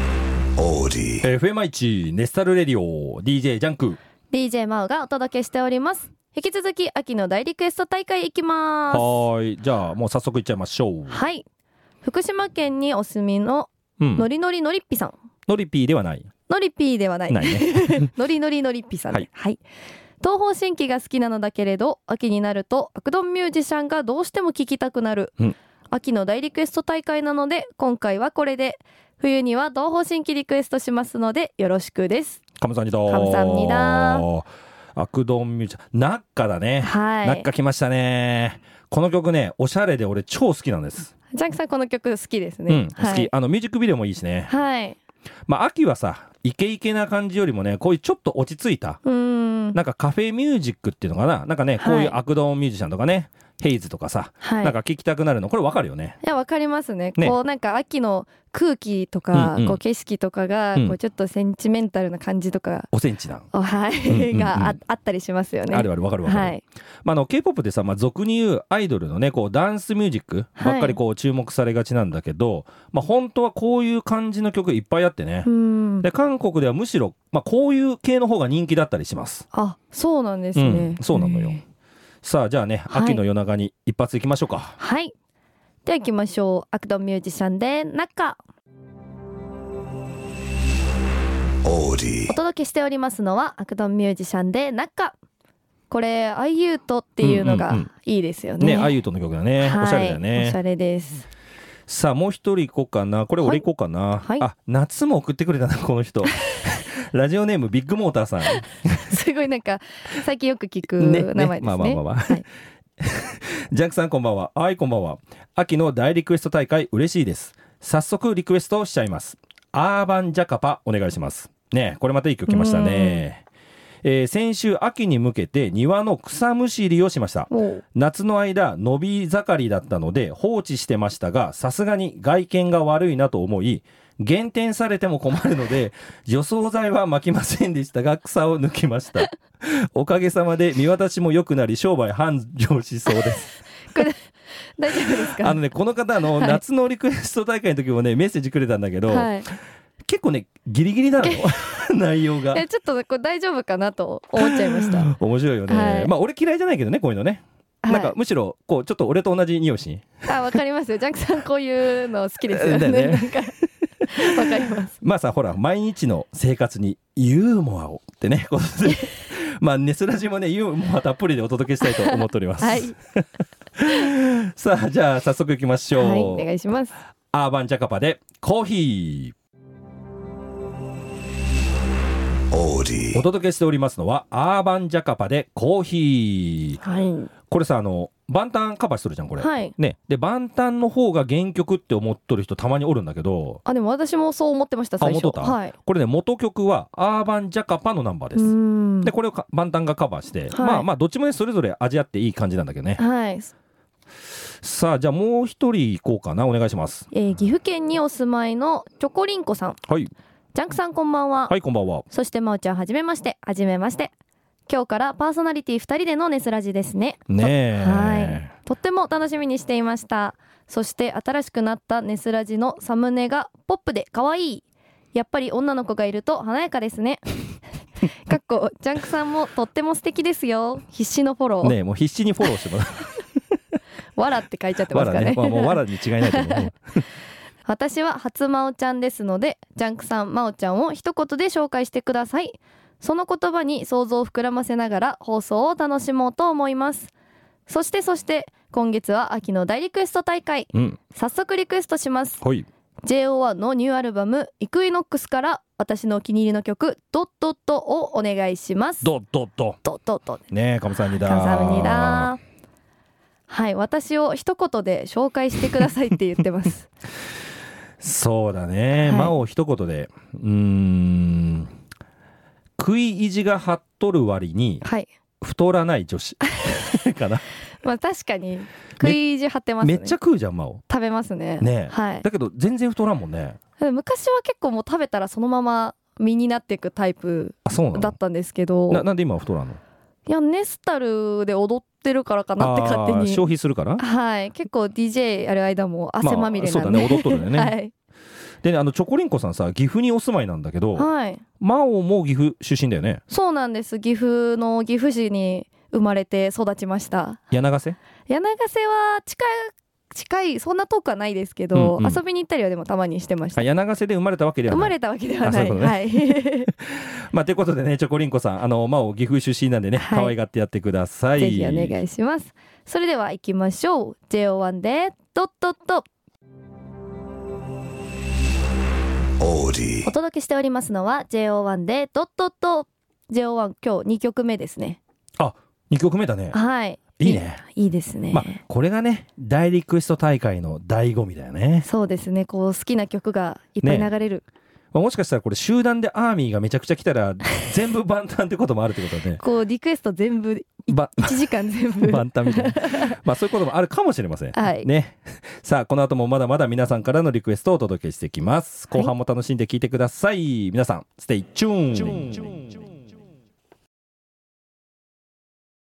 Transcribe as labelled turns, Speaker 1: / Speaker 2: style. Speaker 1: ディ。
Speaker 2: FM1 ネスタルレディオ DJ ジャンク
Speaker 3: DJ マウがお届けしております引き続き秋の大リクエスト大会いきま
Speaker 2: は
Speaker 3: す
Speaker 2: ーいじゃあもう早速いっちゃいましょう、
Speaker 3: はい福島県にお住みの
Speaker 2: うん、
Speaker 3: のりのりのりっぴさん
Speaker 2: ノリピーではない
Speaker 3: のりぴーではない
Speaker 2: ないね
Speaker 3: のりのりのりっぴさんで
Speaker 2: はい
Speaker 3: はい、東方神起が好きなのだけれど秋になるとアクドンミュージシャンがどうしても聴きたくなる、
Speaker 2: うん
Speaker 3: 秋の大リクエスト大会なので今回はこれで冬には東方神起リクエストしますのでよろしくです
Speaker 2: カムサンニダ
Speaker 3: 감사합니다
Speaker 2: アクドンミュージナッカだね、
Speaker 3: はい
Speaker 2: ナッカ来ましたねこの曲ねおしゃれで俺超好きなんです、
Speaker 3: ジャンクさんこの曲好きです
Speaker 2: う
Speaker 3: ね
Speaker 2: ん、好きあのミュージックビデオもいいしね
Speaker 3: はい、はい、
Speaker 2: まあ秋はさイケイケな感じよりもねこういうちょっと落ち着いた
Speaker 3: うーん
Speaker 2: なんかカフェミュージックっていうのかななんかねこういうアクドンミュージシャンとかね、ヘイズとかさ、
Speaker 3: はい
Speaker 2: なんか聴きたくなるのこれわかるよね
Speaker 3: いやわかりますね
Speaker 2: ね
Speaker 3: こうなんか秋の空気とか、
Speaker 2: うんうん
Speaker 3: こう景色とかが、
Speaker 2: うん
Speaker 3: こうちょっとセンチメンタルな感じとか、
Speaker 2: おセンチなん
Speaker 3: おはい、
Speaker 2: んうんうん
Speaker 3: がああったりしますよね。
Speaker 2: あるあるわかるわかる、
Speaker 3: はい、
Speaker 2: まあ、あの K-POP ってさ、まあ、俗に言うアイドルのねこうダンスミュージックばっかりこう注目されがちなんだけど、まあ、本当はこういう感じの曲いっぱいあってね
Speaker 3: う、ん
Speaker 2: で韓国ではむしろ、まあ、こういう系の方が人気だったりします
Speaker 3: あそうなんですね、
Speaker 2: うんそうなのよ
Speaker 3: へー
Speaker 2: さあじゃあね
Speaker 3: はい
Speaker 2: 秋の夜長に一発いきましょうか、
Speaker 3: はいでは行きましょうアクドンミュージシャンで中
Speaker 1: オーデ
Speaker 3: お届けしておりますのはアクドンミュージシャンで中これ IU とっていうの
Speaker 2: うん
Speaker 3: が
Speaker 2: うんうん
Speaker 3: いいですよ
Speaker 2: ね
Speaker 3: ね。
Speaker 2: あゆとの曲だね、
Speaker 3: はい
Speaker 2: おしゃれだよ
Speaker 3: おし
Speaker 2: ね
Speaker 3: ゃれです。
Speaker 2: さあもう一人いこうかなこれ俺いこうかな、
Speaker 3: はい
Speaker 2: あ夏も送ってくれたなこの 人ラジオネームビッグモーターさん
Speaker 3: すごいなんか最近よく聞く
Speaker 2: ね
Speaker 3: 名前です
Speaker 2: ねま
Speaker 3: ね。
Speaker 2: あまあまあまあ
Speaker 3: はい
Speaker 2: ジャンクさんこんばんは。はい、こんばんは。秋の大リクエスト大会嬉しいです。早速リクエストしちゃいます。アーバンジャカパお願いします。ねえこれまたいい曲来ましたね。えー先週秋に向けて庭の草むしりをしました。
Speaker 3: おう
Speaker 2: 夏の間伸び盛りだったので放置してましたがさすがに外見が悪いなと思い減点されても困るので 除草剤は巻きませんでしたが草を抜きました おかげさまで見渡しも良くなり商売繁盛しそうです
Speaker 3: 大丈夫ですか
Speaker 2: あのね、この方、あの、
Speaker 3: はい
Speaker 2: 夏のリクエスト大会の時もね、メッセージくれたんだけど、
Speaker 3: はい、
Speaker 2: 結構ね、ギリギリなの、 内容が。
Speaker 3: えちょっとこれ大丈夫かなと思っちゃいました。は
Speaker 2: 面白いよね。
Speaker 3: はい
Speaker 2: まあ、俺嫌いじゃないけどね、こういうのね。
Speaker 3: い、
Speaker 2: なんか、むしろ、こう、ちょっと俺と同じ匂いし。
Speaker 3: あわかりますよジャンクさんこういうの好きですよね。
Speaker 2: だよね
Speaker 3: なんかわかります。
Speaker 2: まあさ、ほら、毎日の生活にユーモアをって ね、ことで。まあ、ネスラジもね、ユーモアたっぷりでお届けしたいと思っております。
Speaker 3: はい、
Speaker 2: さあ、じゃあ、早速行きましょう。
Speaker 3: はい、お願いします。
Speaker 2: アーバンジャカパでコーヒー。
Speaker 1: ィ、オーデ
Speaker 2: お
Speaker 1: ィ、
Speaker 2: 届けしておりますのは、アーバンジャカパでコーヒー。
Speaker 3: はい、
Speaker 2: これさあの万端カバーしとるじゃんこれ、
Speaker 3: はい、
Speaker 2: ねで万端の方が原曲って思っとる人たまにおるんだけど
Speaker 3: あでも私もそう思ってまし
Speaker 2: あ
Speaker 3: た最
Speaker 2: 思っ
Speaker 3: 初。
Speaker 2: とった、
Speaker 3: はい。
Speaker 2: これね元曲はアーバンジャカパのナンバーで
Speaker 3: うー
Speaker 2: す
Speaker 3: ん
Speaker 2: でこれをか万端がカバーして、
Speaker 3: はい
Speaker 2: まあまあどっちもねそれぞれ味あっていい感じなんだけどね
Speaker 3: はい、
Speaker 2: さあじゃあもう一人いこうかなお願いします
Speaker 3: えー、岐阜県にお住まいのチョコリンコさん、
Speaker 2: はい
Speaker 3: ジャンクさんこんばんは。
Speaker 2: はいこんばんは
Speaker 3: そしてまおちゃんはじめまして、はじめまして。今日からパーソナリティ二人でのネスラジですね。
Speaker 2: ねえ
Speaker 3: はいとっても楽しみにしていましたそして新しくなったネスラジのサムネがポップで可愛いやっぱり女の子がいると華やかですねかっこジャンクさんもとっても素敵ですよ必死のフォロー、
Speaker 2: ねえもう必死にフォローしても らっ
Speaker 3: わらって書いちゃっててま
Speaker 2: わ
Speaker 3: す
Speaker 2: ら
Speaker 3: かね
Speaker 2: ね、まあ、もうわらに違いないと思 う
Speaker 3: 私は初まおちゃんですのでジャンクさんまおちゃんを一言で紹介してくださいその言葉に想像を膨らませながら放送を楽しもうと思いますそしてそして今月は秋の大リクエスト大会
Speaker 2: うん
Speaker 3: 早速リクエストします
Speaker 2: はい、
Speaker 3: JO1 のニューアルバム「イクイノックス」から私のお気に入りの曲「ドッドッド」をお願いします。
Speaker 2: どっどっど
Speaker 3: ドッドッドね。
Speaker 2: ねえカムさんにだ
Speaker 3: 感謝にだはい私を一言で紹介してくださいって言っ てます。
Speaker 2: そうだね、
Speaker 3: はい
Speaker 2: 魔を一言でうーん食い意地が張っとる割に
Speaker 3: はい
Speaker 2: 太らない女 子かな、
Speaker 3: まあ確かに食い意地張ってます
Speaker 2: め
Speaker 3: ね。
Speaker 2: っちゃ食うじゃん魔を
Speaker 3: 食べますね。
Speaker 2: ねえ
Speaker 3: はい。
Speaker 2: だけど全然太らんもんね
Speaker 3: 昔は結構もう食べたらそのまま身になっていくタイプ
Speaker 2: あそうな
Speaker 3: だ
Speaker 2: の
Speaker 3: ったんですけど、
Speaker 2: ななんで今は太らんの
Speaker 3: いやネスタルで踊ってるからかなって勝手
Speaker 2: あー
Speaker 3: に。
Speaker 2: 消費するから
Speaker 3: はい結構 DJ やる間も汗まみれなん
Speaker 2: まあそ
Speaker 3: で、
Speaker 2: うだね踊っとるよね
Speaker 3: はい
Speaker 2: でねあのチョコリンコさんさ岐阜にお住まいなんだけど、
Speaker 3: はい
Speaker 2: 真央も岐阜出身だよね
Speaker 3: そうなんです岐阜の岐阜市に生まれて育ちました
Speaker 2: 柳ヶ瀬
Speaker 3: 柳ヶ瀬は近い近いそんな遠くはないですけど、
Speaker 2: うんうん
Speaker 3: 遊びに行ったりはでもたまにしてました
Speaker 2: あ柳ヶ瀬で生まれたわけでは
Speaker 3: 生
Speaker 2: な
Speaker 3: ま
Speaker 2: い。
Speaker 3: れたわけではな
Speaker 2: あ
Speaker 3: い
Speaker 2: そういうことね
Speaker 3: はい
Speaker 2: まあ、ということでねチョコリンコさんあの真央岐阜出身なんでね、
Speaker 3: はい
Speaker 2: 可愛がってやってください。
Speaker 3: ぜひお願いしますそれでは行きましょう JO1 でドットット
Speaker 1: Audi,
Speaker 3: お届けしておりますのは JO1 でドットット JO1 今日2曲目ですね
Speaker 2: 2曲目だね。
Speaker 3: はい
Speaker 2: いいね
Speaker 3: いいいですね、
Speaker 2: まあこれがね大リクエスト大会の醍醐味だよね。
Speaker 3: そうですねこう好きな曲がいっぱい流れる、
Speaker 2: まあ、もしかしたらこれ集団でアーミーがめちゃくちゃ来た ら全部万端ってこともあるってことだね。
Speaker 3: こうリクエスト全部
Speaker 2: ば
Speaker 3: 1時間全 部
Speaker 2: 万端みたいな。まあそういうこともあるかもしれません。
Speaker 3: はい
Speaker 2: ね。 さあこの後もまだまだ皆さんからのリクエストをお届けしていきます。後半も楽しんで聞いてください。皆さんステイチューン。